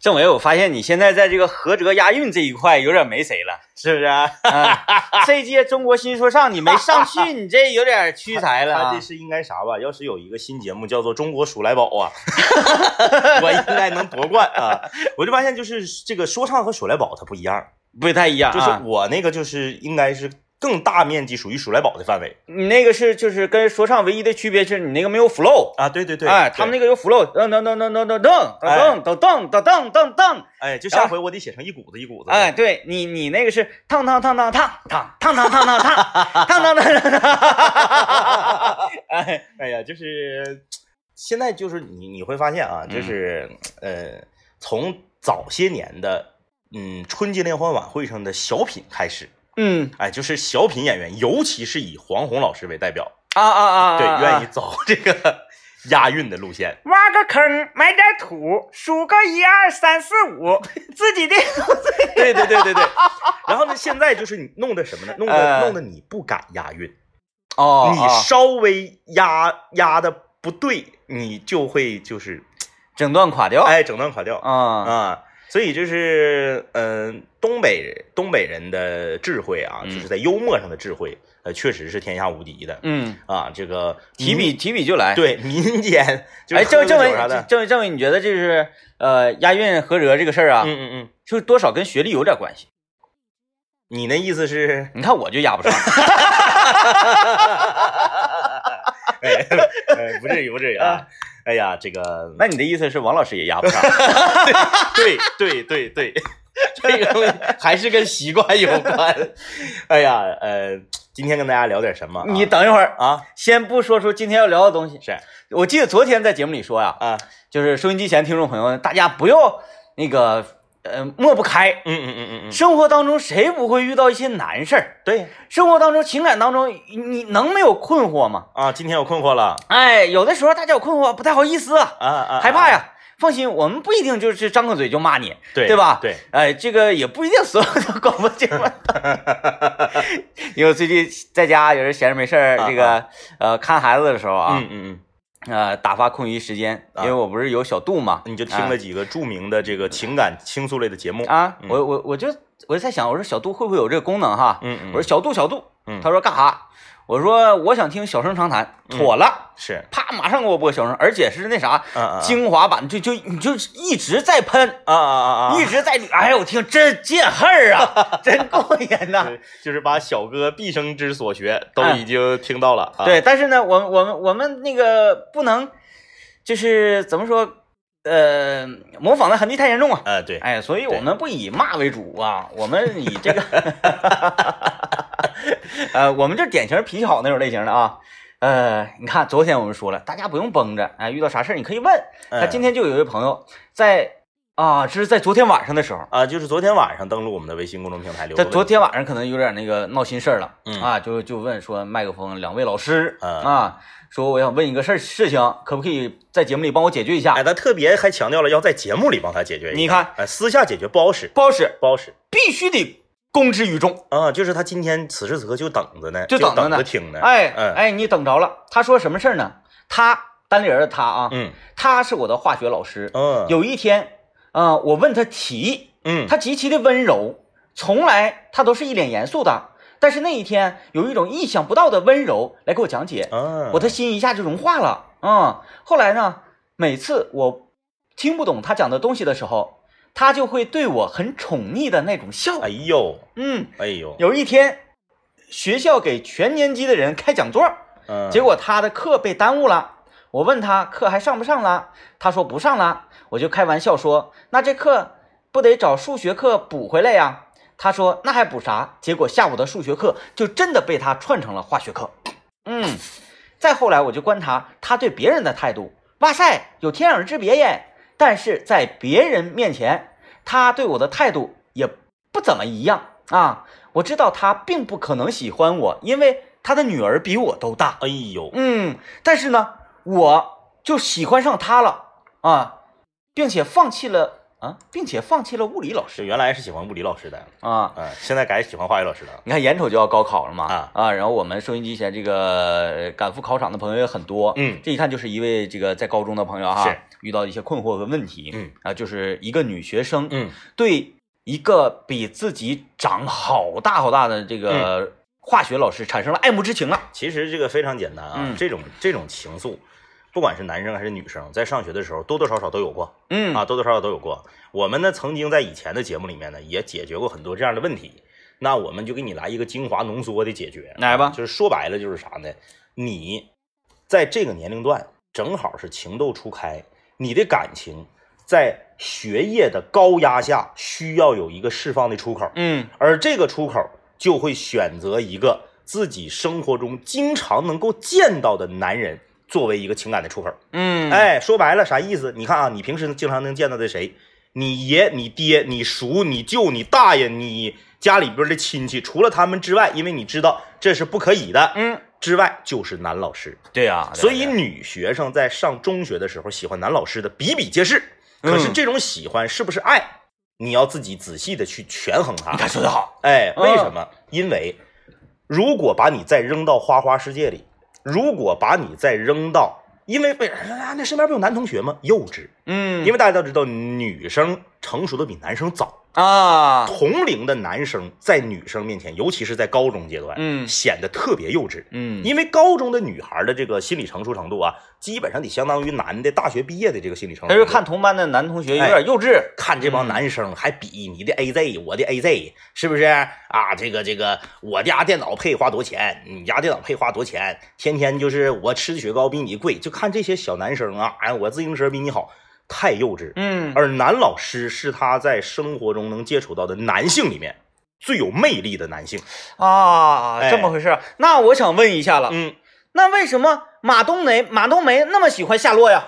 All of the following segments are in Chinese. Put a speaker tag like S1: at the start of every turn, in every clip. S1: 政委，我发现你现在在这个合辙押韵这一块有点没谁了，是不是、啊嗯？这届中国新说唱你没上去，你这有点屈才了、
S2: 他
S1: 啊
S2: 这。是应该啥吧？要是有一个新节目叫做《中国数来宝》 啊，我应该能夺冠啊！我就发现就是这个说唱和数来宝它不一样，
S1: 不太一样、啊，
S2: 就是我那个就是应该是更大面积属于数来宝的范围
S1: 你那个是就是跟说唱唯一的区别是你那个没有 flow，
S2: 啊！对对对，
S1: 哎，他们那
S2: 那
S1: 个有 flow，噔噔噔噔噔噔噔噔噔噔噔噔噔，
S2: 哎，就下回我得写成一股子一股子的。
S1: 哎，对你你那个是烫烫烫烫烫烫烫烫烫烫烫烫烫烫烫，哎，
S2: 哎呀，就是现在就是你你会发现啊，就是、呃，从早些年的嗯春节联欢晚会上的小品开始，
S1: 嗯
S2: 哎，就是小品演员，尤其是以黄宏老师为代表，
S1: 啊啊啊，
S2: 对，愿意走这个押韵的路线。
S1: 挖个坑，埋点土，数个一二三四 五，自己的
S2: 对对对对对。然后呢，现在就是你弄的什么呢？弄
S1: 呃
S2: 的弄的你不敢押韵，
S1: 哦
S2: 你稍微押押的不对，你就会就是
S1: 整段垮掉，
S2: 哎整段垮掉。
S1: 啊，
S2: 啊，所以就是嗯、东北人东北人的智慧啊，
S1: 嗯
S2: 就是在幽默上的智慧，呃，确实是天下无敌的
S1: 嗯，
S2: 啊。这个
S1: 提笔
S2: 民
S1: 提笔就来，
S2: 对民间就是
S1: 哎，
S2: 喝
S1: 政
S2: 个
S1: 政委
S2: 酒啥的，
S1: 政委政委，你觉得这是呃押韵合辙这个事儿啊，
S2: 嗯嗯嗯，
S1: 就多少跟学历有点关系。
S2: 你那意思是？
S1: 你看我就押不上，
S2: 哎， 哎不至于不至于啊。哎呀，这 个
S1: 那你的意思是王老师也押不 上？
S2: 对对对对， 这个东西还是跟习惯 有
S1: 啊
S2: 关。哎呀，呃，今天跟大家聊点什么啊、
S1: 你等一会儿，
S2: 啊
S1: 先不说出今天要聊的东西。
S2: 是
S1: 我记得昨天在节目里说呀、
S2: 啊，
S1: 就是收音机前听众朋友们，大家不要那个呃抹不开。
S2: 嗯嗯嗯嗯嗯，
S1: 生活当中谁不会遇到一些难事儿？
S2: 对
S1: 生活当中、情感当中，你你能没有困惑吗？
S2: 啊，今天有困惑了
S1: 哎，有的时候大家有困惑，不太好意思啊，
S2: 啊啊，
S1: 害怕
S2: 啊
S1: 呀。放心，我们不一定就是张个嘴就骂你，
S2: 对
S1: 对吧？
S2: 对，
S1: 哎，这个也不一定所有的广播节 目都，因为最近在家有人闲着没事儿，
S2: 啊
S1: 这个呃看孩子的时候啊，
S2: 嗯嗯
S1: 呃打发空余时间，因
S2: 啊
S1: 为我不是有小度嘛，
S2: 嗯，你就听了几个著名的这个情感倾诉类的节目，
S1: 啊，
S2: 嗯
S1: 我我我就我就在想，我说小度会不会有这个功能哈？
S2: 嗯嗯，
S1: 我说小度小度，
S2: 嗯
S1: 他说干啥？我说我想听小声长谈，
S2: 嗯
S1: 妥了，
S2: 是，
S1: 啪马上给我播小声，而且是那啥
S2: 嗯嗯，
S1: 精华版，就就你就一直在喷。
S2: 啊啊啊啊，
S1: 一直在捋，哎呦，我听真见恨儿 啊，真过瘾呐、
S2: 对就是把小哥毕生之所学都已经听到了，啊
S1: 对，但是呢，我们我们我们那个不能，就是怎么说，呃，模仿的痕迹太严重啊。
S2: 啊对，
S1: 哎，所以
S2: 对
S1: 我们不以骂为主啊，我们以 这个，呃，我们就是典型脾气好那种类型的啊。呃，你看昨天我们说了，大家不用绷着，哎，遇到啥事儿你可以问。那
S2: 嗯
S1: 今天就有一位朋友在啊，这是在昨天晚上的时候，
S2: 啊就是昨天晚上登录我们的微信公众平台留
S1: 在
S2: 的
S1: 昨
S2: 问题，
S1: 天晚上可能有点那个闹心事儿了，
S2: 嗯
S1: 啊，就就问说麦克风两位老师、
S2: 嗯
S1: 啊，说我想问一个事儿事情，可不可以在节目里帮我解决一下？
S2: 哎，他特别还强调了要在节目里帮他解决一个，
S1: 你看
S2: 哎，私下解决不好使，
S1: 不好使，
S2: 不好使
S1: 必须得公之于众。
S2: 啊，就是他今天此时此刻就等着呢，
S1: 就
S2: 就
S1: 等着呢
S2: 听呢，
S1: 哎、
S2: 嗯
S1: 哎，你等着了。他说什么事儿呢？他单立人的他啊，
S2: 嗯
S1: 他是我的化学老师。
S2: 嗯
S1: 有一天，啊、我问他题，
S2: 嗯
S1: 他极其的温柔，从来他都是一脸严肃的。但是那一天有一种意想不到的温柔来给我讲解，
S2: 啊，
S1: 我的心一下就融化了啊、嗯后来呢，每次我听不懂他讲的东西的时候，他就会对我很宠溺的那种笑
S2: 哎。呦
S1: 嗯，
S2: 哎呦，
S1: 有一天，学校给全年级的人开讲座，
S2: 嗯
S1: 结果他的课被耽误了。我问他课还上不上了，他说不上了。我就开玩笑说，那这课不得找数学课补回来呀？他说那还补啥？结果下午的数学课就真的被他串成了化学课。嗯，再后来我就观察他对别人的态度，哇塞，有天壤之别耶！但是在别人面前，他对我的态度也不怎么一样啊。我知道他并不可能喜欢我，因为他的女儿比我都大。
S2: 哎呦，
S1: 嗯，但是呢，我就喜欢上他了啊，并且放弃了啊，并且放弃了物理老师
S2: 是原来是喜欢物理老师的，
S1: 啊。
S2: 嗯，现在改喜欢化学老师了。
S1: 你看，眼瞅就要高考了嘛，
S2: 啊
S1: 然后我们收音机前这个呃赶赴考场的朋友也很多，
S2: 嗯
S1: 这一看就是一位这个在高中的朋友哈
S2: 是，
S1: 遇到一些困惑和问题，
S2: 嗯
S1: 啊，就是一个女学生，
S2: 嗯，
S1: 对一个比自己长好大好大的这个化学老师产生了爱慕之情了，
S2: 其实这个非常简单啊，
S1: 嗯
S2: 这种这种情愫，不管是男生还是女生，在上学的时候多多少少都有过
S1: 嗯
S2: 啊，多多少少都有过。我们呢曾经在以前的节目里面呢也解决过很多这样的问题，那我们就给你来一个精华浓缩的解决，啊
S1: 来吧
S2: 就是说白了就是啥呢？你在这个年龄段正好是情窦初开，你的感情在学业的高压下需要有一个释放的出口，
S1: 嗯
S2: 而这个出口就会选择一个自己生活中经常能够见到的男人作为一个情感的出口。
S1: 嗯，
S2: 哎，说白了啥意思？你看啊，你平时经常能见到的谁？你爷、你爹、你叔、你舅、你大爷、你家里边的亲戚，除了他们之外，因为你知道这是不可以的，
S1: 嗯，
S2: 之外就是男老师。
S1: 对啊呀、对
S2: 所以
S1: 呀
S2: 女学生在上中学的时候喜欢男老师的比比皆是，可是
S1: 嗯
S2: 这种喜欢是不是爱，你要自己仔细的去权衡它。
S1: 你看说的好，
S2: 哎，
S1: 嗯
S2: 为什么？因为如果把你再扔到花花世界里，如果把你再扔到，因为为啊，那身边不有男同学吗？幼稚，
S1: 嗯，
S2: 因为大家都知道，女生成熟的比男生早，
S1: 啊，
S2: 同龄的男生在女生面前，尤其是在高中阶段，
S1: 嗯
S2: 显得特别幼稚。
S1: 嗯，
S2: 因为高中的女孩的这个心理成熟程度啊，基本上得相当于男的大学毕业的这个心理成熟
S1: 他
S2: 程度。
S1: 就看同班的男同学有
S2: 哎
S1: 点幼稚，
S2: 看这帮男生还比你的 AZ，我的 AZ 是不是啊？这个这个，我家电脑配花多钱，你家电脑配花多钱？天天就是我吃的雪糕比你贵，就看这些小男生啊，哎，我自行车比你好，太幼稚。
S1: 嗯
S2: 而男老师是他在生活中能接触到的男性里面最有魅力的男性。
S1: 啊，
S2: 哎
S1: 这么回事儿。那我想问一下了，
S2: 嗯，
S1: 那为什么马冬梅马冬梅那么喜欢夏 洛呀？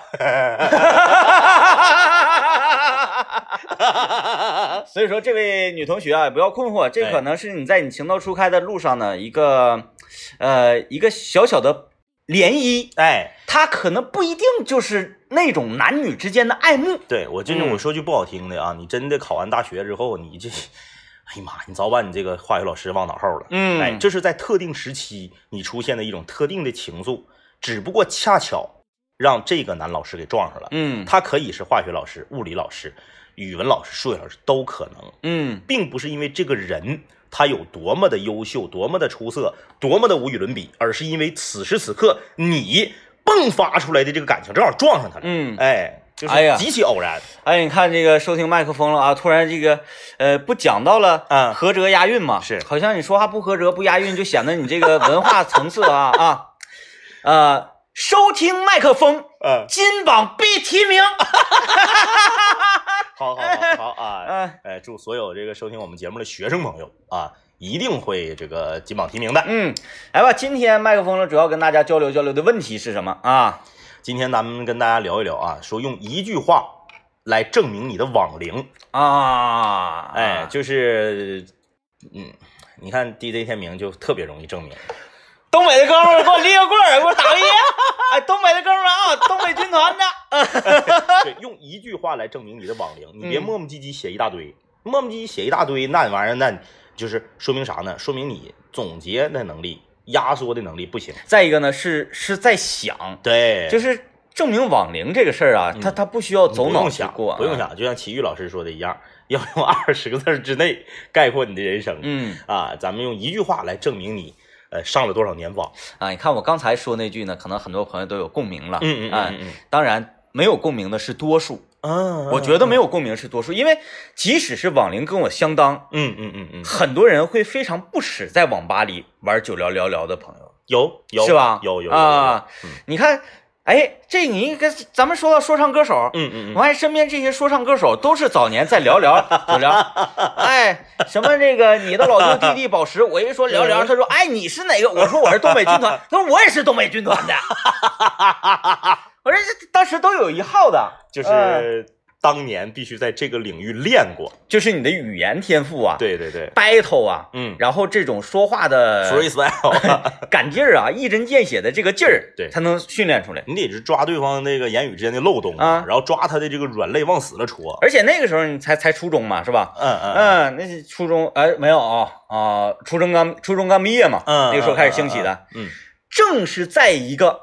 S1: 所以说，这位女同学啊，不要困惑，这
S2: 哎
S1: 可能是你在你情窦初开的路上呢，一个，呃，一个小小的涟漪，
S2: 哎，
S1: 它可能不一定就是那种男女之间的爱慕。
S2: 对我真是我说句不好听的啊，你真的考完大学之后，你这，哎呀妈，你早把你这个化学老师忘脑后了。
S1: 嗯
S2: 哎，这是在特定时期你出现的一种特定的情愫，只不过恰巧让这个男老师给撞上了。
S1: 嗯
S2: 他可以是化学老师、物理老师、语文老师、数学老师都可能，
S1: 嗯
S2: 并不是因为这个人他有多么的优秀、多么的出色、多么的无与伦比，而是因为此时此刻你迸发出来的这个感情正好撞上他了。
S1: 嗯，
S2: 哎，就
S1: 哎呀
S2: 是极其偶然。
S1: 哎，你看这个收听麦克风了啊，突然这个呃不讲到了呃
S2: 嗯
S1: 合辙押韵嘛，
S2: 是
S1: 好像你说话不合辙不押韵，就显得你这个文化层次啊啊，呃，收听麦克风
S2: 嗯，
S1: 金榜必提名，
S2: 好好好好啊。
S1: 嗯
S2: 哎，祝所有这个收听我们节目的学生朋友啊，一定会这个金榜题名的。
S1: 嗯，来吧，今天麦克风了主要跟大家交流交流的问题是什么啊？
S2: 今天咱们跟大家聊一聊啊，说用一句话来证明你的网龄。
S1: 啊，
S2: 哎，就是，嗯，你看 DJ 天明就特别容易证明。
S1: 东北的哥们儿给我立个棍儿，给我打个烟， 哎，东北的哥们儿啊，东北军团的，
S2: 对，用一句话来证明你的网龄，你别磨磨唧唧写一大堆，磨磨唧唧写一大堆，那玩意儿那就是说明啥呢？说明你总结的能力、压缩的能力不行。
S1: 再一个呢是是在想。
S2: 对，
S1: 就是证明网龄这个事儿啊，他他不需要走
S2: 呃不
S1: 脑
S2: 用
S1: 去
S2: 想，
S1: 过，
S2: 嗯
S1: 啊
S2: 不用，想，就像齐豫老师说的一样，要用二十个字儿之内概括你的人生。
S1: 嗯
S2: 啊，咱们用一句话来证明你呃上了多少年网。
S1: 啊，你看我刚才说那句呢，可能很多朋友都有共鸣了，
S2: 嗯嗯
S1: 啊
S2: 嗯嗯
S1: 当然。没有共鸣的是多数，
S2: 嗯
S1: 我觉得没有共鸣是多数，因为即使是网龄跟我相当，
S2: 嗯嗯嗯嗯，
S1: 很多人会非常不耻在网吧里玩九聊聊聊的朋友，
S2: 有有
S1: 是吧？
S2: 有有有
S1: 啊，
S2: 有有嗯
S1: 你看，哎，这你跟咱们说到说唱歌手，嗯
S2: 嗯嗯
S1: 我看身边这些说唱歌手都是早年在聊 聊聊聊，哎，什么这个你的老舅弟弟宝石，我一说聊聊，他说哎你是哪个？我说我是东北军 团，他说我也是东北军 团的，我说这当时都有一号的
S2: 嗯，，就
S1: 嗯
S2: 是当年必须在这个领域练过。
S1: 就是你的语言天赋啊，
S2: 对对对，
S1: ，battle 啊，
S2: 嗯
S1: 然后这种说话的
S2: ，freestyle，
S1: 赶劲儿啊，一针见血的这个劲儿，
S2: 对
S1: 才能训练出来。
S2: 你得是抓对方那个言语之间的漏洞
S1: 啊
S2: 然后抓他的这个软肋往死了戳。
S1: 而且那个时候你才才初中嘛，是吧？
S2: 嗯嗯嗯
S1: 嗯，那是初中，哎，没有啊啊、初中刚初中刚毕业嘛，
S2: 嗯，
S1: 那呃个时候开始兴起的，
S2: 嗯。嗯
S1: 正是在一个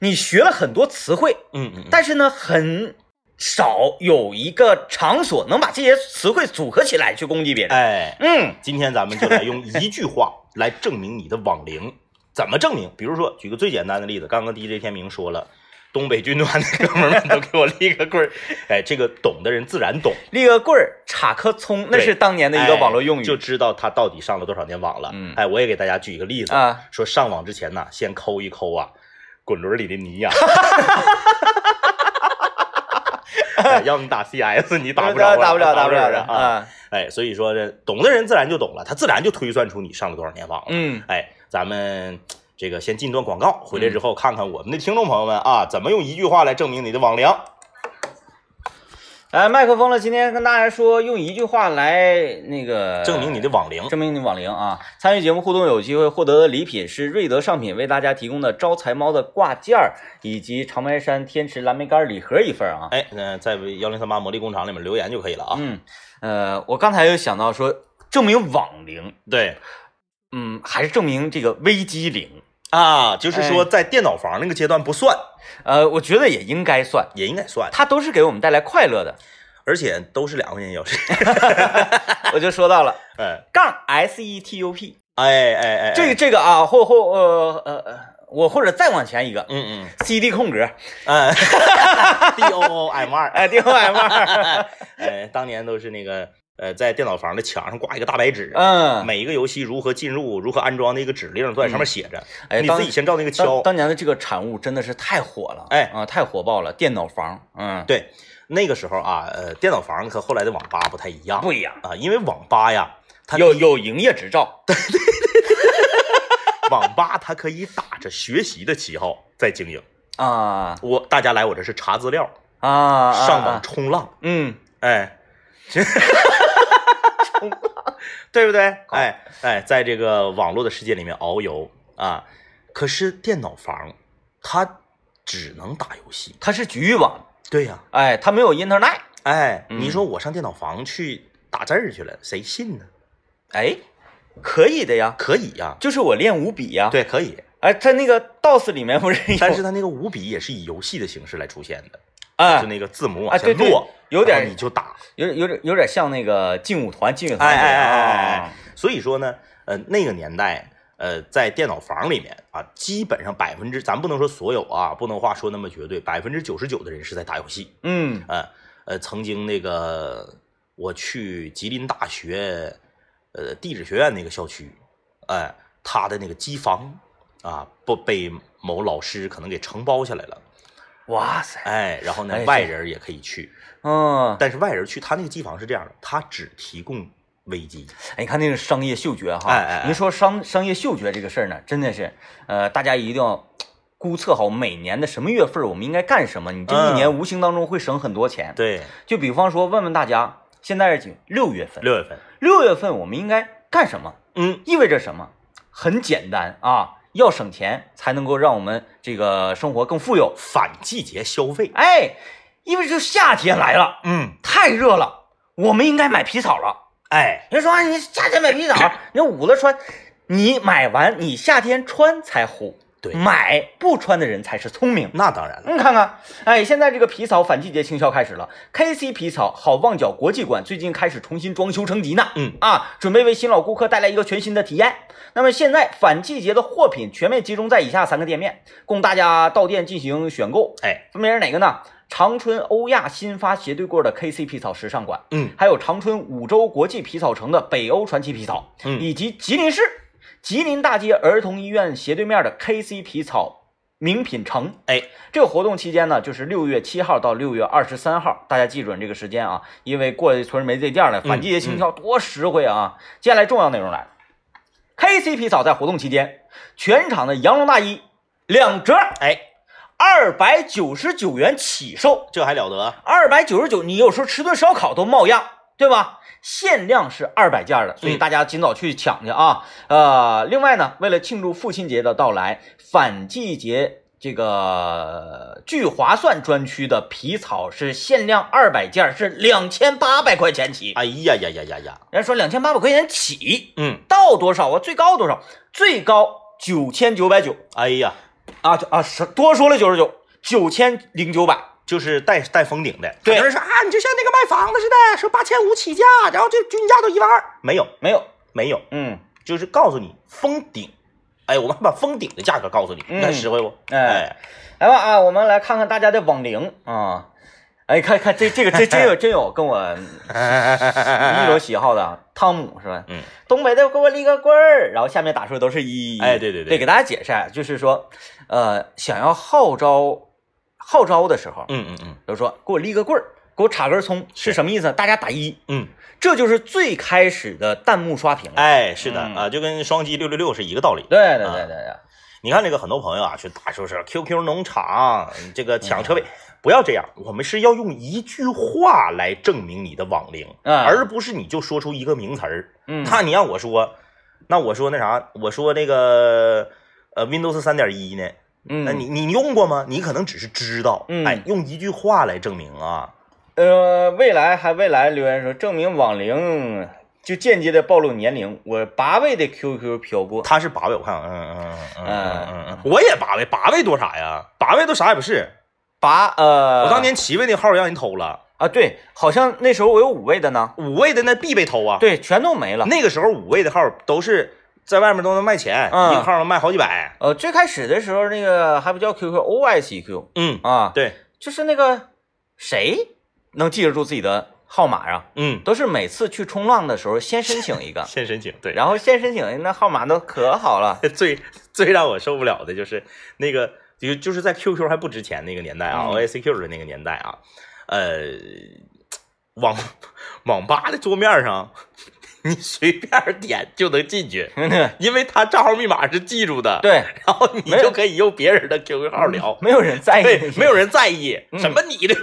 S1: 你学了很多词汇，
S2: 嗯嗯嗯，
S1: 但是呢，很少有一个场所能把这些词汇组合起来去攻击别人。
S2: 哎，
S1: 嗯，
S2: 今天咱们就来用一句话来证明你的网龄。 怎么证明？比如说，举个最简单的例子，刚刚 DJ 天明说了，东北军团的哥们儿们都给我立个棍儿， 哎，这个懂的人自然懂，
S1: 立个棍儿，插棵葱，那
S2: 对
S1: 是当年的一个网络用
S2: 哎
S1: 语。
S2: 就知道他到底上了多少年网了。
S1: 嗯
S2: 哎，我也给大家举一个例子
S1: 啊，
S2: 说上网之前呢，先抠一抠啊，滚轮里的 泥呀、 哎要么打 CS，你打不着啊，
S1: 打不了，打不了
S2: 的
S1: 的
S2: 啊！
S1: 啊。
S2: 哎，所以说这懂的人自然就懂了，他自然就推算出你上了多少年网了。
S1: 嗯，
S2: 哎，咱们这个先进段广告，回来之后看看我们的听众朋友们啊，怎么用一句话来证明你的网龄。
S1: 哎，麦克风了，今天跟大家说，用一句话来那个
S2: 证明你的网龄。
S1: 哎证明你网龄啊！参与节目互动有机会获得的礼品是瑞德尚品为大家提供的招财猫的挂件儿，以及长白山天池蓝莓干礼盒一份儿啊。
S2: 哎，那在幺零三八魔力工厂里面留言就可以了啊。
S1: 嗯，呃，我刚才又想到说，证明网龄，
S2: 对
S1: 嗯，还是证明这个危机龄，
S2: 啊，就是说
S1: 哎
S2: 在电脑房那个阶段不算，
S1: 呃，我觉得也应该算，
S2: 也应该算，
S1: 它都是给我们带来快乐 的。
S2: 而且都是两块钱一小时。
S1: 我就说到了
S2: 哎
S1: 杠 S E T U P，
S2: 哎哎哎，
S1: 这个这个啊，或或呃呃呃，我或者再往前一个
S2: 嗯嗯
S1: C D 空格，
S2: 哎，D O O M 二，
S1: 哎，D O M 二，
S2: 哎，当年都是那个呃，在电脑房的墙上挂一个大白纸，
S1: 嗯，
S2: 每一个游戏如何进入、如何安装的一个指令都在上面写着，
S1: 哎
S2: 你
S1: 当
S2: 自己先照那个
S1: 当
S2: 敲。
S1: 当年的这个产物真的是太火了，
S2: 哎
S1: 啊、太火爆了，电脑房，嗯，
S2: 对，那个时候啊，呃，电脑房和后来的网吧不太一样，
S1: 不一样，
S2: 啊，因为网吧呀，它
S1: 有有营业执照，
S2: 网吧它可以打着学习的旗号在经营。
S1: 啊
S2: 我大家来我这是查资料、
S1: 啊啊，
S2: 上网
S1: 啊
S2: 冲浪，
S1: 嗯。
S2: 哎，冲浪，对不对？哎哎，在这个网络的世界里面遨游啊，可是电脑房它只能打游戏。
S1: 它是局域网，
S2: 对呀、
S1: 哎，它没有 internet，
S2: 哎，
S1: 嗯
S2: 你说我上电脑房去打字儿去了，谁信呢？
S1: 哎，可以的呀，
S2: 可以呀、
S1: 就是我练五笔呀，，
S2: 对，可以。
S1: 哎，它那个 DOS 里面不是有，
S2: 但是它那个五笔也是以游戏的形式来出现的，
S1: 哎
S2: 就，那个字母
S1: 啊
S2: 往下
S1: 对对
S2: 落，
S1: 有点
S2: 然后你就打。
S1: 有有点有点像那个劲舞团，劲舞团
S2: 哎
S1: 那个，
S2: 哎哎哎
S1: 啊
S2: 哎，所以说呢，呃，那个年代，呃，在电脑房里面啊，基本上百分之，咱不能说所有啊，不能话说那么绝对，百分之九十九的人是在打游戏。
S1: 嗯，
S2: 呃呃，曾经那个我去吉林大学呃地质学院那个校区，哎、他的那个机房啊，不被某老师可能给承包下来了，
S1: 哇塞，
S2: 哎，然后呢，
S1: 哎是
S2: 外人也可以去，
S1: 嗯，
S2: 但是外人去他那个机房是这样的，他只提供危机，
S1: 哎你看那个商业嗅觉哈，
S2: 哎哎哎
S1: 您说商商业嗅觉这个事儿呢，真的是，呃，大家一定要。估测好每年的什么月份儿我们应该干什么，你这一
S2: 嗯
S1: 年无形当中会省很多钱。
S2: 对，
S1: 就比方说，问问大家，现在是几六月份，
S2: 六月份，
S1: 六月份我们应该干什么？
S2: 嗯，
S1: 意味着什么？很简单啊，要省钱才能够让我们这个生活更富有。
S2: 反季节消费，
S1: 哎，意味着就夏天来了，
S2: 嗯，
S1: 太热了，我们应该买皮草了。
S2: 哎，
S1: 人说、啊、你夏天买皮草，你捂了穿，你买完你夏天穿才虎，
S2: 对
S1: 买不穿的人才是聪明。
S2: 那当然了，
S1: 你看看，哎，现在这个皮草反季节倾销开始了。KC 皮草好望角国际馆最近开始重新装修升级呢，
S2: 嗯
S1: 啊，准备为新老顾客带来一个全新的体验。那么现在反季节的货品全面集中在以下三个店面，供大家到店进行选购，
S2: 哎，
S1: 分别是哪个呢？长春欧亚新发斜对过的 KC 皮草时尚馆，
S2: 嗯，
S1: 还有长春五洲国际皮草城的北欧传奇皮草，
S2: 嗯
S1: 以及吉林市吉林大街儿童医院斜对面的 KC 皮草名品城。
S2: 哎，
S1: 这个活动期间呢，就是六月七号到六月二十三号，大家记准这个时间啊，因为过一村没这店了，反
S2: 嗯
S1: 季节倾销多实惠啊！接下来重要内容来了，KC 皮草在活动期间，全场的羊绒大衣两折，
S2: 哎，
S1: 二百九十九元起售，
S2: 这还了得？
S1: 二百九十九，你有时候吃顿烧烤都冒样，对吧？限量是二百件的，所以大家尽早去抢去啊！呃，另外呢，为了庆祝父亲节的到来，反季节这个聚划算专区的皮草是限量二百件，是两千八百块钱起。
S2: 哎呀呀呀呀呀！
S1: 人家说两千八百块钱起，
S2: 嗯，
S1: 到多少啊？最高多少？最高九千九百九
S2: 哎呀，
S1: 啊啊！是多说了九十九，九千零九百。
S2: 就是带带封顶的。
S1: 对
S2: 有人说啊，你就像那个卖房子似的，说八千五起价，然后这均价都一万二，没有
S1: 没有，
S2: 没有，
S1: 嗯，
S2: 就是告诉你封顶。哎，我们还把封顶的价格告诉你，
S1: 嗯
S2: 你看实惠不？
S1: 哎
S2: 哎，
S1: 来吧啊，我们来看看大家的网龄啊。哎，看看这这个这 真有真有跟
S2: 哎
S1: 我 一有喜好的啊汤姆是吧？
S2: 嗯，
S1: 东北的给我立个棍儿，然后下面打出的都是一。
S2: 哎对对
S1: 对，
S2: 对
S1: 给大家解释啊，就是说，呃，想要号召号召的时候，
S2: 嗯嗯嗯
S1: 就说给我立个棍儿，给我插根葱，是什么意思呢？大家打一，
S2: 嗯，
S1: 这就是最开始的弹幕刷屏了。
S2: 哎，啊是的
S1: 嗯
S2: 啊，就跟双击六六六是一个道理。
S1: 对对对对对，
S2: 你看这个很多朋友啊，去打说是 QQ 农场这个抢
S1: 嗯
S2: 车位，不要这样，我们是要用一句话来证明你的网龄，
S1: 嗯
S2: 而不是你就说出一个名词儿。
S1: 嗯，
S2: 那你让我说，那我说那啥，我说那个呃 Windows 三点一呢？
S1: 嗯，
S2: 那你你用过吗？你可能只是知道，
S1: 嗯
S2: 哎，用一句话来证明啊。
S1: 呃，未来还未来留言说，证明网龄就间接的暴露年龄。我八位的 QQ 飘过，
S2: 他是八位，我看，嗯嗯嗯嗯嗯嗯，我也八位，八位多啥呀？八位都啥也不是。
S1: 八呃，
S2: 我当年七位那号让人偷了，
S1: 啊，对，好像那时候我有五位的呢，
S2: 五位的那必被偷啊。
S1: 对，全都没了。
S2: 那个时候五位的号都是在外面都能卖钱，
S1: 嗯
S2: 一个号能卖好几百。
S1: 呃，最开始的时候那个还不叫 QQ，OICQ
S2: 嗯，
S1: 啊，，
S2: 对，
S1: 就是那个谁能记得住自己的号码啊？
S2: 嗯，，
S1: 都是每次去冲浪的时候先申请一个
S2: 先申请，对。
S1: 然后先申请，那号码都可好了。
S2: 最最让我受不了的就是那个，就就是在 QQ 还不值钱那个年代啊、
S1: 嗯
S2: o i c q 的那个年代啊，呃，网网吧的桌面上，你随便点就能进去，因为他账号密码是记住的，，
S1: 对，
S2: 然后你
S1: 没有嗯
S2: 就可以用别人的 QQ 号聊。
S1: 没有人在意
S2: 对，
S1: 这些，
S2: 没有人在意什么你的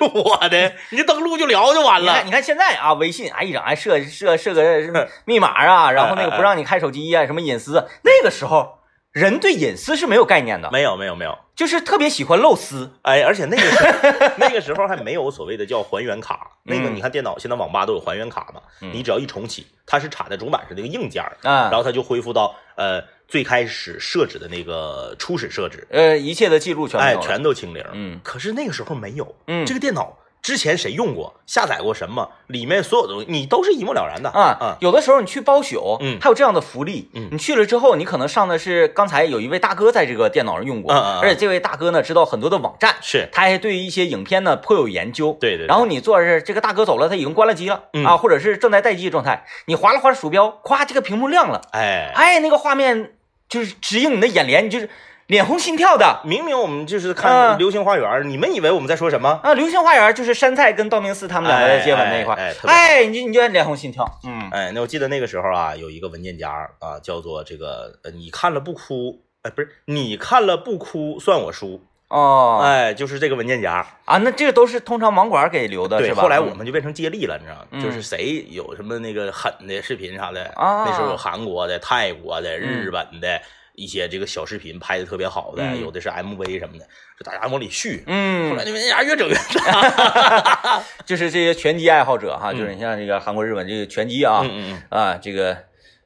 S2: 我的，你就登录就聊就完
S1: 嗯你
S2: 了
S1: 看，。你看现在啊，微信啊，一整还设设设个什么 密码啊，然后
S2: 哎
S1: 那个不让你开手机啊，什么隐私啊，那个时候人对隐私是没有概念的，
S2: 没有没有没有，
S1: 就是特别喜欢露丝。
S2: 哎，而且那个时 候那个时候还没有所谓的叫还原卡，那个
S1: 嗯
S2: 你看电脑现在网吧都有还原卡嘛，
S1: 嗯
S2: 你只要一重启，它是插在主板上那个硬件儿，
S1: 啊
S2: 然后它就恢复到呃最开始设置的那个初始设置，
S1: 呃，一切的记录全没
S2: 哎，
S1: 有了
S2: 全都清零。
S1: 嗯
S2: 可是那个时候没有，
S1: 嗯
S2: 这个电脑之前谁用过，下载过什么，里面所有东西你都是一目了然的
S1: 啊
S2: 啊，。
S1: 有的时候你去包宿，
S2: 嗯
S1: 还有这样的福利，
S2: 嗯
S1: 你去了之后，你可能上的是刚才有一位大哥在这个电脑上用过，
S2: 嗯嗯嗯
S1: 而且这位大哥呢知道很多的网站，
S2: 是
S1: 他还对于一些影片呢颇有研究，
S2: 对对对
S1: 然后你坐这儿，这个大哥走了，他已经关了机了、
S2: 嗯
S1: 啊，或者是正在待机状态，你划了划鼠标，咵，这个屏幕亮了，
S2: 哎，
S1: 哎，那个画面就是直映你的眼帘，你就是脸红心跳的。
S2: 明明我们就
S1: 嗯
S2: 是看《流星花园》，你们以为我们在说什么？
S1: 啊，流星花园就是杉菜跟道明寺他们两个在接吻那一块儿，
S2: 哎哎哎特别好
S1: 哎，你就你就脸红心跳，嗯
S2: 哎，那我记得那个时候啊，有一个文件夹啊，叫做这个呃，你看了不哭，哎，不是你看了不哭算我输，
S1: 哦
S2: 哎，就是这个文件夹。
S1: 啊，那这都是通常网管给留的
S2: 对，
S1: 是吧？
S2: 后来我们就变成接力了，你知道
S1: 嗯
S2: 吗？就是谁有什么那个狠的视频啥的，
S1: 啊
S2: 那时候有韩国的、泰国的、日本的。一些这个小视频拍的特别好的，
S1: 嗯
S2: 有的是 MV 什么的，就大家往里续。后
S1: 嗯，
S2: 来那文件夹越整越大。
S1: 就是这些拳击爱好者哈，
S2: 嗯
S1: 就是你像这个韩国、日本这个拳击啊、
S2: 嗯
S1: 啊，这个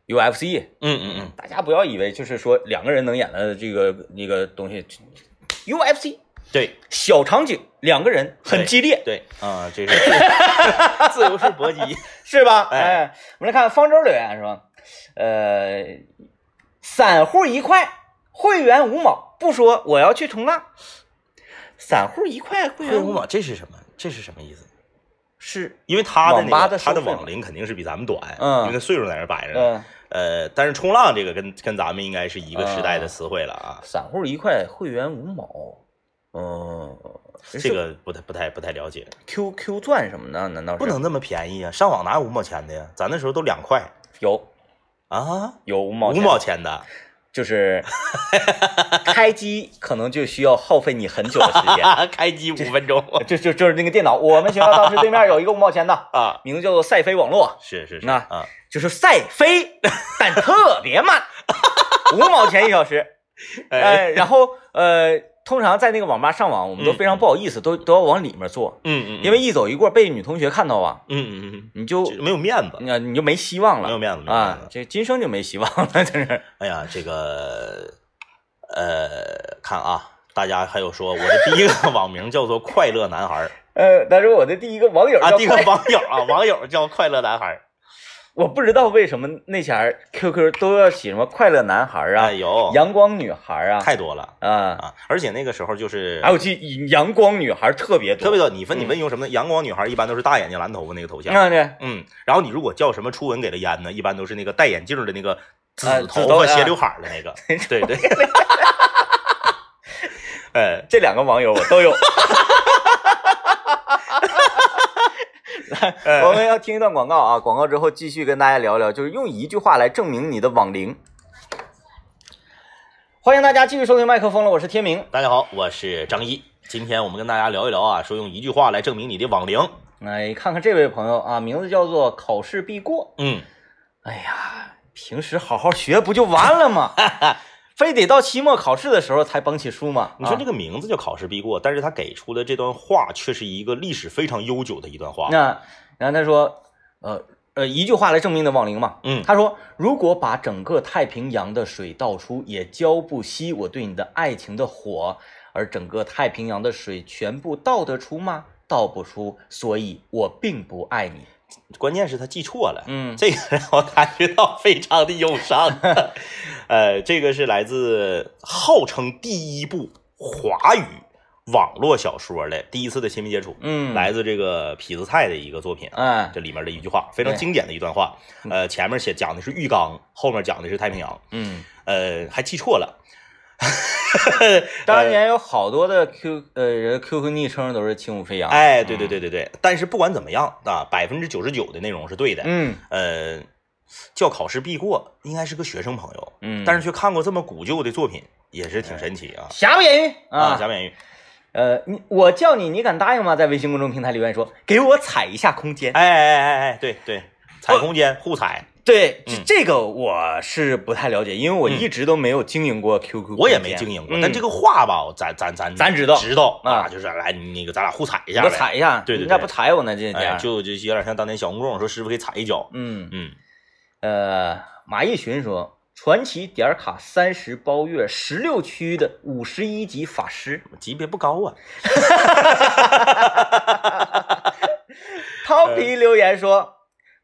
S1: UFC，
S2: 嗯嗯嗯嗯，
S1: 大家不要以为就是说两个人能演的这个那个东西，UFC
S2: 对
S1: 小场景，两个人很
S2: 对
S1: 激烈，
S2: 对啊，这是自由式搏击。
S1: 是吧？
S2: 哎
S1: 哎，我们来看方舟留言说，呃，散户一块，会员五毛，不说我要去冲浪。散户一块，会
S2: 会
S1: 员
S2: 五
S1: 五毛
S2: 毛，这是什么？这是什么意思？
S1: 是，
S2: 因为他的
S1: 网
S2: 那
S1: 吧
S2: 个
S1: 的
S2: 他的
S1: 收费嘛
S2: 网龄肯定是比咱们短，
S1: 嗯
S2: 因为他岁数在那儿摆着呢。
S1: 呃，
S2: 呃，但是冲浪这个跟跟咱们应该是一个时代的词汇了啊，
S1: 散户一块，会员五毛，嗯、
S2: 这个不太不太不太了解，
S1: QQ 钻什么的，难道是
S2: 不能那么便宜啊！上网哪有五毛钱的呀？咱那时候都两块
S1: 有
S2: 啊，
S1: 有五毛
S2: 五
S1: 钱
S2: 毛钱的，
S1: 就是 开机可能就需要耗费你很久的时 间。
S2: 啊，开机五分钟
S1: 就就就是那个电脑，我们学校当时对面有一个五毛钱的，
S2: 啊，
S1: 名字叫做赛飞网络，
S2: 是是是
S1: 那
S2: 啊，
S1: 就是赛飞，但特别慢，五毛钱一小时。
S2: 哎，
S1: 呃，然后呃，通常在那个网吧上网，我们都
S2: 嗯
S1: 非常不好意思，都都要往里面坐，
S2: 嗯嗯，
S1: 因为一走一过被女同学看到啊，
S2: 嗯嗯
S1: 你就
S2: 嗯，没有面子，
S1: 你啊你就没希望
S2: 没有
S1: 了
S2: 面子，没有面
S1: 啊
S2: 子，。
S1: 这今生就没希望了，真是。
S2: 哎呀，这个呃，看啊，大家还有说我的第一个网名叫做快乐男孩儿
S1: 呃，但是我的第一个网友
S2: 啊，
S1: 叫
S2: 第一个
S1: 快
S2: 网友啊，网友叫快乐男孩儿，
S1: 我不知道为什么那前儿 QQ 都要起什么快乐男孩啊
S2: 哎、呦，
S1: 阳光女孩啊，
S2: 太多了
S1: 啊，
S2: 啊，而且那个时候就是
S1: 哎，我记得阳光女孩特别多，
S2: 特别多，你分你问用什么呢？阳光女孩一般都是大眼睛蓝头发那个头像，
S1: 看这
S2: 嗯，然后你如果叫什么初吻给了烟呢，一般都是那个戴眼镜的那个
S1: 啊
S2: 呃
S1: 紫
S2: 紫头
S1: 头
S2: 发
S1: 啊
S2: 斜刘海儿的那 个，对对。呃，
S1: 这两个网友我都有。来，
S2: 哎
S1: 我们要听一段广告啊！广告之后继续跟大家聊聊，就是用一句话来证明你的网龄。欢迎大家继续收听麦克风了，我是天明。
S2: 大家好，我是张一。今天我们跟大家聊一聊啊，说用一句话来证明你的网龄。
S1: 来哎看看这位朋友啊，名字叫做考试必过。
S2: 嗯，
S1: 哎呀，平时好好学不就完了 吗？非得到期末考试的时候才捧起书吗？啊
S2: 你说这
S1: 个、
S2: 个名字叫考试必
S1: 啊
S2: 过，但是他给出的这段话却是一个历史非常悠久的一段话。
S1: 那，然后他说，呃呃，一句话来证明你的网龄嘛。
S2: 嗯，
S1: 他说：“如果把整个太平洋的水倒出，也浇不熄我对你的爱情的火；而整个太平洋的水全部倒得出吗？倒不出，所以我并不爱你。
S2: 关键是他记错了。
S1: 嗯
S2: 这个让我感觉到非常的忧伤。 呃，这个是来自号称第一部华语网络小说的第一次的亲密接触，
S1: 嗯
S2: 来自这个痞子蔡的一个作品啊。
S1: 哎，
S2: 这里面的一句话非常经典的一段话，呃，前面写讲的是浴缸，后面讲的是太平洋，
S1: 嗯，
S2: 呃，还记错了，呃
S1: 当年有好多的 Q 呃人 QQ 昵称都是轻舞飞扬。，
S2: 哎，对对对对对，但是不管怎么样啊，百分之九十九的内容是对的，
S1: 嗯
S2: 呃，叫考试必过，应该是个学生朋友，
S1: 嗯，
S2: 但是却看过这么古旧的作品，也是挺神奇啊
S1: 瑕不掩瑜
S2: 啊！
S1: 啊。
S2: 贾扁玉，
S1: 呃，你我叫你，你敢答应吗？在微信公众平台留言说，给我踩一下空间。
S2: 哎哎哎哎，对
S1: 哦
S2: 对，踩空间互踩，
S1: 对，这
S2: 嗯
S1: 这个我是不太了解，因为我一直都没有经营过 QQ，
S2: 我也没经
S1: 嗯
S2: 营过，但这个话吧，咱咱咱
S1: 咱知道
S2: 知道
S1: 啊
S2: 啊，就是来你那个咱俩互踩一下
S1: 我
S2: 呗，
S1: 踩一下，
S2: 对对对
S1: 你咋不踩我呢？这
S2: 哎，
S1: 家，
S2: 就就有点像当年小公公说师傅给踩一脚，
S1: 嗯
S2: 嗯，
S1: 呃，马一寻说，传奇点儿卡三十包月十六区的五十一级法师
S2: 级别不高 啊，
S1: 汤皮留言说，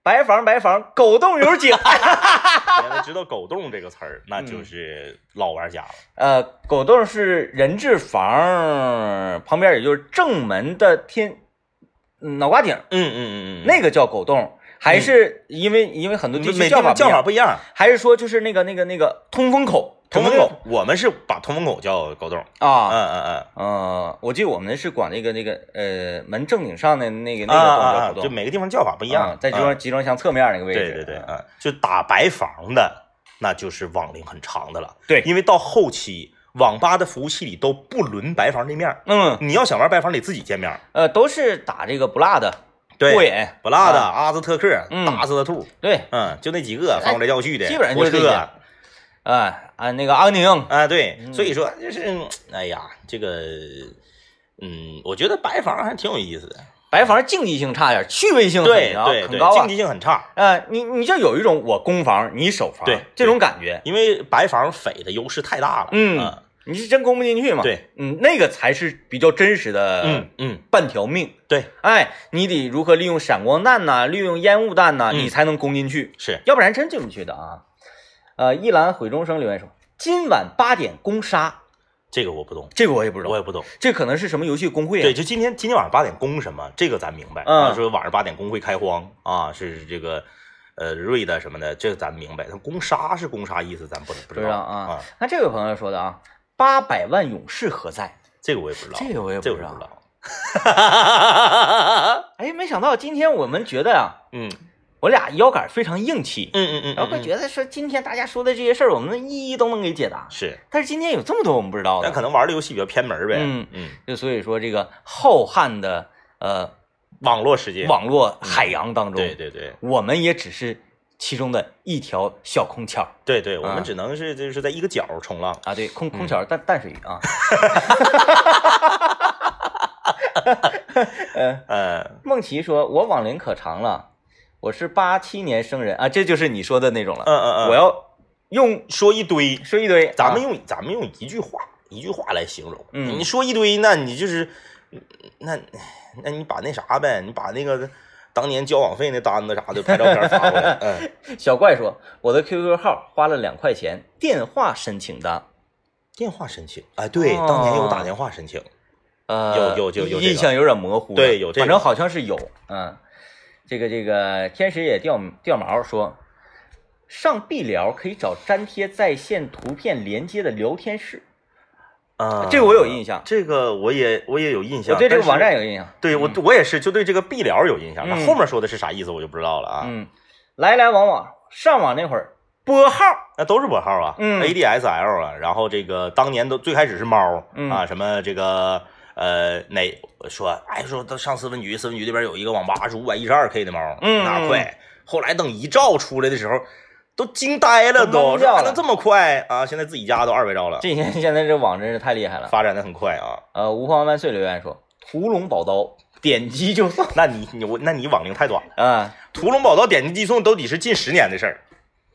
S1: 白房白房狗洞有井，
S2: 原来知道狗洞这个词儿，那
S1: 嗯
S2: 就是老玩家了，
S1: 呃，狗洞是人质房旁边，也就是正门的天嗯脑瓜顶儿，
S2: 嗯嗯嗯嗯，
S1: 那个叫狗洞。还是因为、因为很多地
S2: 就
S1: 区
S2: 每
S1: 叫
S2: 地
S1: 法
S2: 方
S1: 不一
S2: 叫
S1: 样
S2: 法不一样，
S1: 还是说就是那个那个那个通风口，
S2: 通风
S1: 我们
S2: 口，我们是把通风口叫狗洞，嗯
S1: 啊？
S2: 嗯嗯。
S1: 呃，我记得我们是管那个那个呃门正顶上的那个那
S2: 啊
S1: 个
S2: 啊
S1: 叫
S2: 啊！
S1: 狗洞，
S2: 就每个地方叫法不一样
S1: 啊，在集装集装箱侧面那个位置。
S2: 对对对
S1: 啊
S2: 啊，就打白房的，那就是网龄很长的了。
S1: 对
S2: 因为到后期网吧的服务器里都不轮白房这面儿，
S1: 嗯
S2: 你要想玩白房得自己见面儿。
S1: 呃，都是打这个不辣的，过瘾，
S2: 不落的
S1: 啊
S2: 阿兹特克、
S1: 嗯
S2: 大斯特兔，
S1: 对，
S2: 嗯，就那几个翻过来绕去的，
S1: 基本上就
S2: 波
S1: 是这
S2: 车
S1: 些啊啊那个安宁，
S2: 啊，对，所以说就是，嗯哎呀，这个，嗯，我觉得白房还挺有意思的，
S1: 白房竞技性差点，趣味性
S2: 对
S1: 很高
S2: 对
S1: 很
S2: 对，
S1: 高
S2: 竞
S1: 啊
S2: 技。性很差，
S1: 呃，你你就有一种我攻防你守防，
S2: 对
S1: 这种感觉，
S2: 因为白房匪的优势太大了，啊
S1: 嗯你是真攻不进去嘛？
S2: 对，
S1: 嗯，那个才是比较真实的，
S2: 嗯嗯，
S1: 半条命。
S2: 对，
S1: 哎，你得如何利用闪光弹呐、利用烟雾弹呐、
S2: 嗯
S1: 你才能攻进去，
S2: 是，
S1: 要不然真进不去的啊。呃，一兰毁钟声留言说，今晚八点攻杀，
S2: 这个我不懂，
S1: 这个我也不知
S2: 我
S1: 道，
S2: 也不懂。
S1: 这可能是什么游戏公会
S2: 对，
S1: 啊？
S2: 就今天今天晚上八点公什么，这个咱明白。
S1: 嗯
S2: 啊，说晚上八点公会开荒啊，是这个呃瑞的什么的，这个咱明白。他攻杀是攻杀意思，咱不不
S1: 不
S2: 知
S1: 知道
S2: 道
S1: 啊。那这位朋友说的啊，八百万勇士何在？
S2: 这个我也不知道，
S1: 这个我也不
S2: 这个
S1: 知
S2: 我
S1: 道
S2: 不知道。
S1: 哎，没想到今天我们觉得啊，
S2: 嗯，
S1: 我俩腰杆非常硬气，
S2: 嗯嗯嗯，
S1: 然后会
S2: 得
S1: 觉得说今天大家说的这些事儿，我们一一都能给解答。
S2: 是，
S1: 但是今天有这么多我们不知道
S2: 但
S1: 的，
S2: 可能玩的游戏比较偏门呗。
S1: 嗯
S2: 嗯，
S1: 就所以说这个浩瀚的呃
S2: 网络世界，
S1: 网络海洋当中，
S2: 嗯对对对
S1: 我们也只是其中的一条小空壳儿
S2: 对对，我
S1: 啊
S2: 们只能是就是在一个角儿冲浪。
S1: 啊，对，空空壳儿淡淡水鱼啊，
S2: 嗯，
S1: 梦琪说：“我网龄可长了，我是八七年生人啊，这就是你说的那种了。
S2: 嗯嗯嗯
S1: 我要用
S2: 说一堆，
S1: 说一堆，
S2: 咱们
S1: 啊、
S2: 用、咱们用一句话一句话来形容，
S1: 嗯
S2: 你说一堆，那你就是，那那你把那啥呗，你把那个当年交网费那单子啥的拍照片发 过来，嗯，
S1: 小怪说，我的 QQ 号花了两块钱，电话申请的，
S2: 电话申请，哎，对，
S1: 哦
S2: 当年有打电话申请，
S1: 呃，
S2: 有有有有这个
S1: 印象有点模糊了，
S2: 对有这个
S1: 反正好像是有，嗯，这个这个天使也掉掉毛说。”上 B 聊可以找粘贴在线图片连接的聊天室，
S2: 啊
S1: 这个我有印象
S2: 这个我也我也有印象，
S1: 我对这个
S2: 啊但是啊
S1: 网站有印象。
S2: 对我我也是就对这个 B 聊有印象，那
S1: 嗯
S2: 后面说的是啥意思我就不知道了啊，
S1: 嗯，来来往往上网那会儿拨号，
S2: 那都是拨号啊，
S1: 嗯
S2: ，ADSL 啊，然后这个当年都最开始是猫、
S1: 嗯
S2: 啊，什么这个呃哪说哎说到上四分局，四分局那边有一个网吧是五百一十二 K 的猫，
S1: 嗯
S2: 哪快？后来等一兆出来的时候，都惊呆了
S1: 都
S2: 都，
S1: 懵掉
S2: 说
S1: 了
S2: 还能这么快啊？现在自己家都二百兆了，
S1: 这些现在这网真是太厉害了。
S2: 发展的很快啊。
S1: 呃，吾皇万岁留言说：“屠龙宝刀，点击就送。
S2: 那你你我那你网龄太短了，”
S1: 啊，
S2: 屠龙宝刀点击寄送都得是近十年的事儿，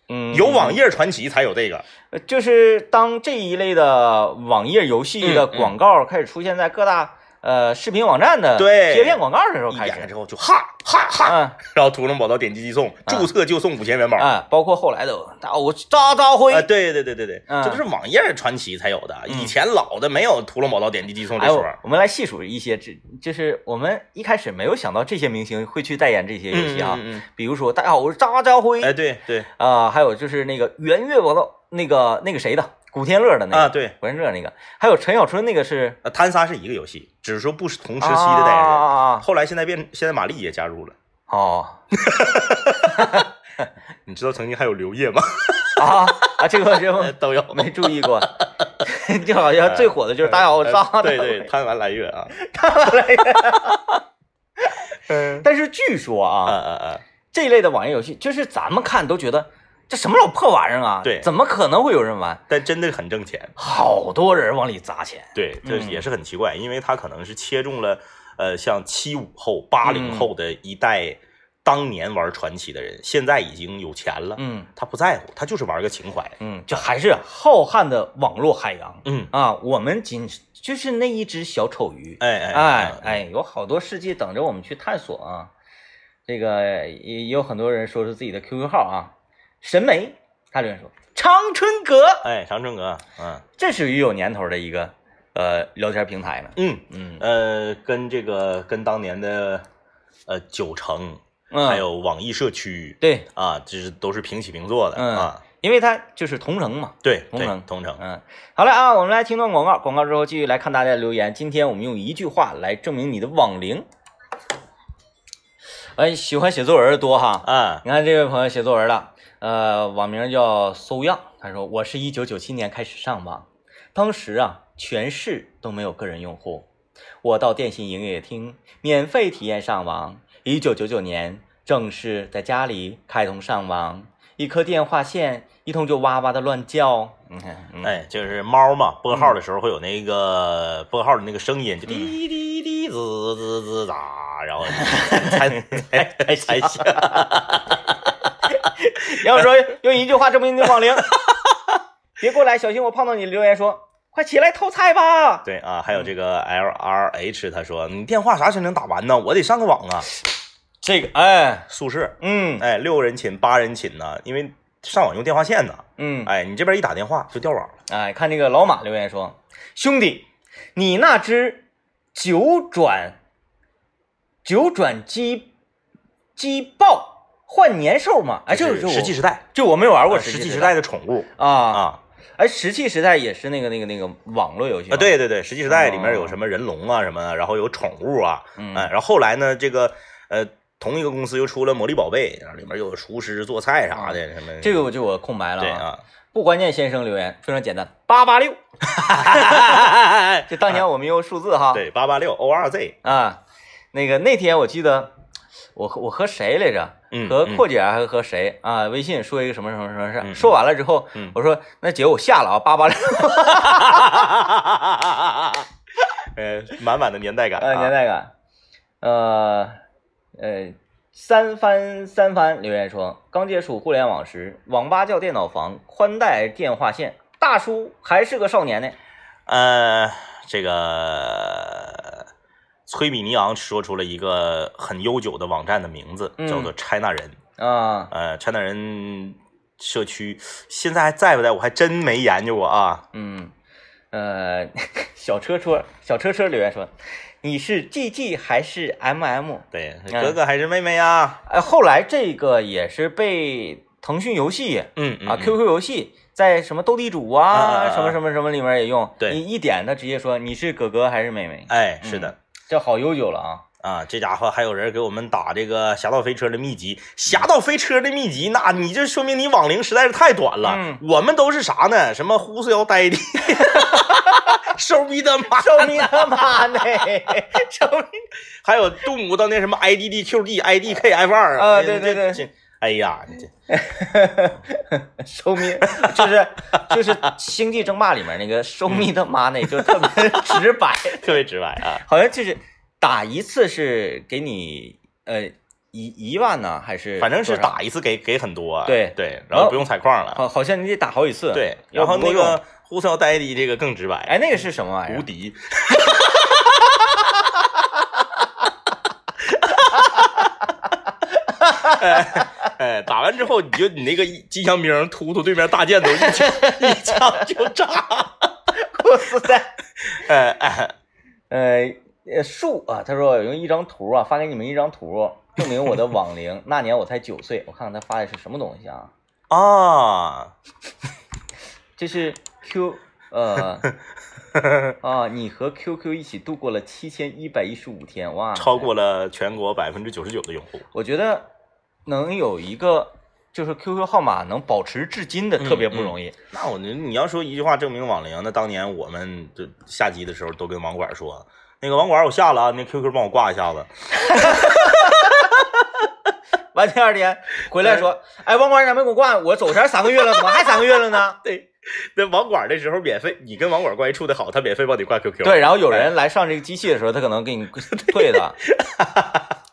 S1: 嗯，
S2: 有网页传奇才有这个。
S1: 呃，就是当这一类的网页游戏的
S2: 嗯嗯
S1: 广告开始出现在各大呃视频网站的
S2: 对
S1: 贴片广告的时候
S2: 一
S1: 开
S2: 点
S1: 始，
S2: 开
S1: 啊
S2: 之后就哈哈哈，
S1: 嗯
S2: 然后屠龙宝刀点击寄送，注册就送五千元宝。
S1: 啊，包括后来的大我渣渣辉
S2: 啊，，对对对对对，
S1: 嗯
S2: 这都是网页传奇才有的，
S1: 嗯
S2: 以前老的没有《屠龙宝刀点击寄送》这
S1: 哎
S2: 说
S1: 呦。，我们来细数一些，这就是我们一开始没有想到这些明星会去代言这些游戏啊，嗯
S2: 嗯嗯嗯
S1: 比如说大家好，我是渣渣辉，
S2: 哎，对对
S1: 啊，还有就是那个圆月宝的，那个那个谁的，古天乐的那个，
S2: 啊，对，
S1: 古天乐那个，还有陈小春那个是
S2: 呃贪杀是一个游戏，只是说不是同时期的代言
S1: 啊
S2: 人。
S1: 啊啊啊
S2: 后来现在变，现在玛丽也加入了。
S1: 哦
S2: 你知道曾经还有刘烨吗？
S1: 啊啊，这个这
S2: 呃
S1: 个
S2: 都有。
S1: 没注意过， 就好像最火的就是大家好，我是张
S2: 呃
S1: 翰
S2: 对对，，贪玩来月啊，
S1: 对但是据说
S2: 啊
S1: 啊，
S2: 啊啊！
S1: 这一类的网页游戏，就是咱们看都觉得这什么老破玩意儿啊，
S2: 对
S1: 怎么可能会有人玩？
S2: 但真的很挣钱，
S1: 好多人往里砸钱，
S2: 对，这
S1: 嗯
S2: 也是很奇怪，因为他可能是切中了，呃，像七五后、八零
S1: 嗯
S2: 后的一代，当年玩传奇的人，现在已经有钱了，
S1: 嗯
S2: 他不在乎，他就是玩个情怀。
S1: 嗯，这还是浩瀚的网络海洋
S2: 嗯，
S1: 啊，我们仅就是那一只小丑鱼，
S2: 哎哎
S1: 哎
S2: 哎，
S1: 哎，有好多世界等着我们去探索啊。这个也也有很多人说出自己的 QQ 号啊，神眉，他留言说长春阁，
S2: 哎，长春哥，嗯
S1: 这属于有年头的一个呃聊天平台呢。
S2: 嗯
S1: 嗯
S2: 呃，跟这个跟当年的呃九城，
S1: 嗯，
S2: 还有网易社区，
S1: 对，
S2: 啊，这是都是平起平坐的
S1: 嗯
S2: 啊，
S1: 因为它就是同城嘛。
S2: 对
S1: 同
S2: 对
S1: 城
S2: 同城，
S1: 嗯，好了啊，我们来听段广告，广告之后继续来看大家的留言。今天我们用一句话来证明你的网龄。哎，喜欢写作文的多哈。
S2: 啊，
S1: 你看这位朋友写作文了，呃，网名叫搜样，他说我是一九九七年开始上网，当时啊全市都没有个人用户，我到电信营业厅免费体验上网。一九九九年正式在家里开通上网，一颗电话线一通就哇哇的乱叫， 嗯嗯，
S2: 哎，就是猫嘛，拨号的时候会有那个拨号的那个声音，
S1: 嗯
S2: 就滴滴滴滋滋滋哒，然后 才才才才响。
S1: 要说用一句话证明你的网龄， 别过来，小心我碰到你。留言说快起来偷菜吧，
S2: 对啊，还有这个 L R H，他说你电话啥时候能打完呢？我得上个网啊，
S1: 这个哎，
S2: 宿舍，
S1: 嗯
S2: 哎，六人寝八人寝呢，因为上网用电话线呢。
S1: 嗯。
S2: 哎，你这边一打电话就掉网了。
S1: 哎，看这个老马留言说：“兄弟，你那只九转九转鸡鸡豹换年兽吗？”哎，这个
S2: 是
S1: 我
S2: 石器时代，
S1: 这我没玩过
S2: 啊石器
S1: 时
S2: 时代的宠物
S1: 啊
S2: 啊
S1: 哎，石器时代也是那个那个那个网络游戏
S2: 啊，
S1: 吗，
S2: 对对对，石器时代里面
S1: 哦
S2: 有什么人龙啊什么的，然后有宠物啊，
S1: 嗯
S2: 哎然后后来呢，这个呃，同一个公司又出了《魔力宝贝》，然后里面又有厨师做菜啥的什么。
S1: 啊这个我就我空白了
S2: 对。啊，
S1: 不关键先生留言非常简单，八八六， 就当年我们用数字哈。
S2: 啊对八八六 O R Z，
S1: 啊，那个那天我记得我和我和谁来着？
S2: 嗯，
S1: 和
S2: 嗯
S1: 阔姐还是和谁啊？微信说一个什么什么什么事儿，
S2: 嗯
S1: 说完了之后，
S2: 嗯
S1: 我说那姐我下了啊，八八六，
S2: 呃，满满的年代感
S1: 呃，
S2: 啊，
S1: 年代感，呃呃，三番三番留言说，刚接触互联网时，网吧叫电脑房，宽带电话线，大叔还是个少年呢。
S2: 呃，这个崔米尼昂说出了一个很悠久的网站的名字，
S1: 嗯
S2: 叫做 China 人。
S1: 啊，
S2: 呃，China 人社区现在还在不在？我还真没研究过啊。
S1: 嗯，呃， 小车车小车车留言说，你是 GG 还是 MM？
S2: 对，
S1: 嗯
S2: 哥哥还是妹妹啊？
S1: 哎，后来这个也是被腾讯游戏
S2: 嗯嗯
S1: 啊、
S2: 嗯
S1: QQ 游戏在什么斗地主
S2: 啊啊啊
S1: 啊、
S2: 啊
S1: 什么什么什么里面也用。
S2: 对
S1: 你一点他直接说你是哥哥还是妹妹，
S2: 哎，是的。
S1: 这好悠久了啊。
S2: 啊，这家伙还有人给我们打这个《侠盗飞车》的秘籍，《侠盗飞车》的秘籍，那你这说明你网龄实在是太短了。
S1: 嗯
S2: 我们都是啥呢？什么忽视腰呆 的，收逼的妈，
S1: 救命 他妈的！
S2: 什么，还有动物到那什么 IDDQD、IDKF 二
S1: 啊对对对，
S2: 这哎呀，你这
S1: 收咪就是就是《星际争霸》里面那个收咪他妈那就特 别直白，
S2: 特别直白啊。
S1: 好像就是打一次是给你呃一一万呢，还是
S2: 反正是
S1: 多少
S2: 打一次给给很多，啊
S1: 对
S2: 对，然后不用采矿了，
S1: 好好像你得打好几次。
S2: 对。
S1: 要
S2: 然后
S1: 不够
S2: 那
S1: 用
S2: 个忽视腰呆的这个更直白，
S1: 哎那个是什么玩意儿
S2: 无？敌。 哎，打完之后你就你那个一机枪兵突突对面大箭头一枪一枪就 炸，
S1: 我是在。
S2: 哎哎，
S1: 呃，呃，树啊，他说有用一张图啊，发给你们一张图，证明我的网龄。 那年我才九岁，我看看他发的是什么东西啊？
S2: 啊，
S1: 这是 Q 呃啊，你和 QQ 一起度过了七千一百一十五天，哇，
S2: 超过了全国百分之九十九的用户，
S1: 我觉得能有一个就是 QQ 号码能保持至今的，
S2: 嗯
S1: 特别不容易。
S2: 那我你要说一句话证明网龄，那当年我们就下机的时候都跟网管说，那个网管我下了啊，那 QQ 帮我挂一下子，
S1: 完第二天回来
S2: 呃
S1: 说，哎，网管你咋没给我挂？我走前三个月了，怎么还三个月了呢？
S2: 对，那网管的时候免费，你跟网管关系处的好，他免费帮你挂 QQ。
S1: 对，，然后有人来上这个机器的时候，他可能给你退的。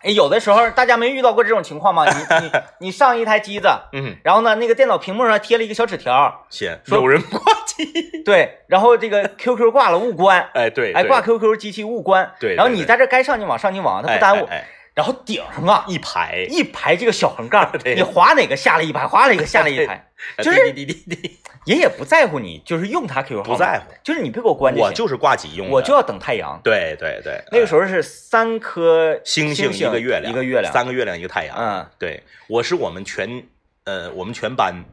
S1: 哎有的时候大家没遇到过这种情况吗？你你你上一台机子，
S2: 嗯，
S1: 然后呢，那个电脑屏幕上贴了一个小纸 条，
S2: 先
S1: 说
S2: 有人挂机，
S1: 对，然后这个 QQ 挂了勿关，
S2: 哎对，
S1: 哎，
S2: 对
S1: 挂 QQ 机器勿关，
S2: 对对
S1: 然后你在这该上你网上你网，它
S2: 哎
S1: 不耽误，
S2: 哎哎哎
S1: 然后顶上啊
S2: 一排，，
S1: 一排这个小横杠
S2: 对
S1: 你划哪个下了一排，划哪个下了一排，
S2: 哎
S1: 就是
S2: 滴滴滴滴，
S1: 人也不在乎你，就是用他 QQ 号码
S2: 不在乎，
S1: 就是你别给我关
S2: 我
S1: 行，
S2: 就是挂机用的，
S1: 我就要等太阳。
S2: 对对对，
S1: 那个
S2: 哎
S1: 时候是三颗
S2: 星
S1: 星
S2: 一个月亮，
S1: 一个月亮，
S2: 三个月亮一个太阳，
S1: 嗯，
S2: 对，我是我们全呃我们全班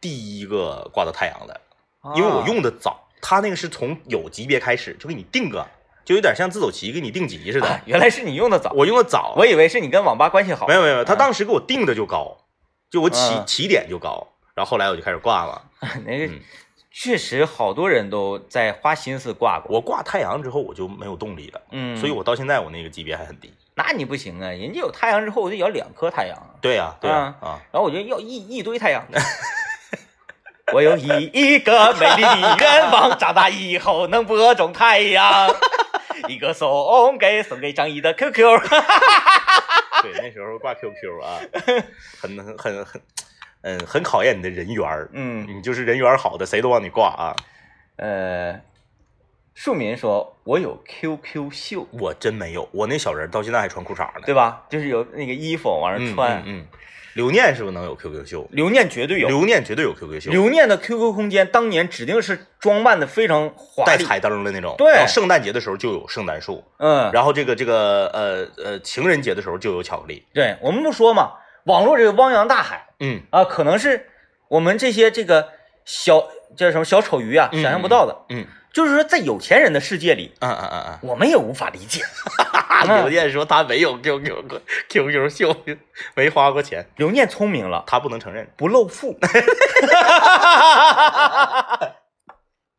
S2: 第一个挂到太阳的，因为我
S1: 啊
S2: 用的早，他那个是从有级别开始就给你定个，就有点像自走棋给你定级似的，
S1: 啊 原来是你用的早，
S2: 我用的早，
S1: 哎我以为是你跟网吧关系好
S2: 没。有没有没有，他
S1: 啊
S2: 当时给我定的就高，就我起、
S1: 嗯
S2: 起点就高，然后后来我就开始挂了。
S1: 那个
S2: 嗯
S1: 确实好多人都在花心思挂过，
S2: 我挂太阳之后我就没有动力了，
S1: 嗯，
S2: 所以我到现在我那个级别还很低。
S1: 那你不行啊，人家有太阳之后我就要两颗太阳，
S2: 对呀、对呀、啊，
S1: 然后我就要一一堆太阳。 我有一一个美丽的愿望，长大以后能播种太阳。 一个送给送给张一的 QQ，
S2: 对，那时候挂 QQ 啊，很很很很，嗯，很考验你的人缘儿。
S1: 嗯，
S2: 你就是人缘儿好的，谁都往你挂啊！
S1: 呃，庶民说，我有 QQ 秀，
S2: 我真没有，我那小人到现在还穿裤衩呢。
S1: 对吧？就是有那个衣服往
S2: 嗯，
S1: 上
S2: 嗯
S1: 穿。
S2: 嗯刘念是不是能有 QQ 秀？
S1: 刘念绝对有，
S2: 刘念绝对有 QQ 秀，
S1: 刘念的 QQ 空间当年指定是装扮的非常华
S2: 带
S1: 丽，
S2: 彩灯的那种。
S1: 对
S2: 然后圣诞节的时候就有圣诞树，
S1: 嗯，
S2: 然后这个这个呃呃情人节的时候就有巧克力，
S1: 对，我们不说嘛，网络这个汪洋大海
S2: 嗯，
S1: 啊，可能是我们这些这个小叫什么小丑鱼啊，
S2: 嗯
S1: 想象不到的。
S2: 嗯
S1: 就是说，在有钱人的世界里，
S2: 嗯嗯嗯
S1: 我们也无法理解，
S2: 刘念说他没有 QQ 过 QQ 秀，没花过钱，
S1: 刘念聪明了，
S2: 他不能承认。
S1: 不露富，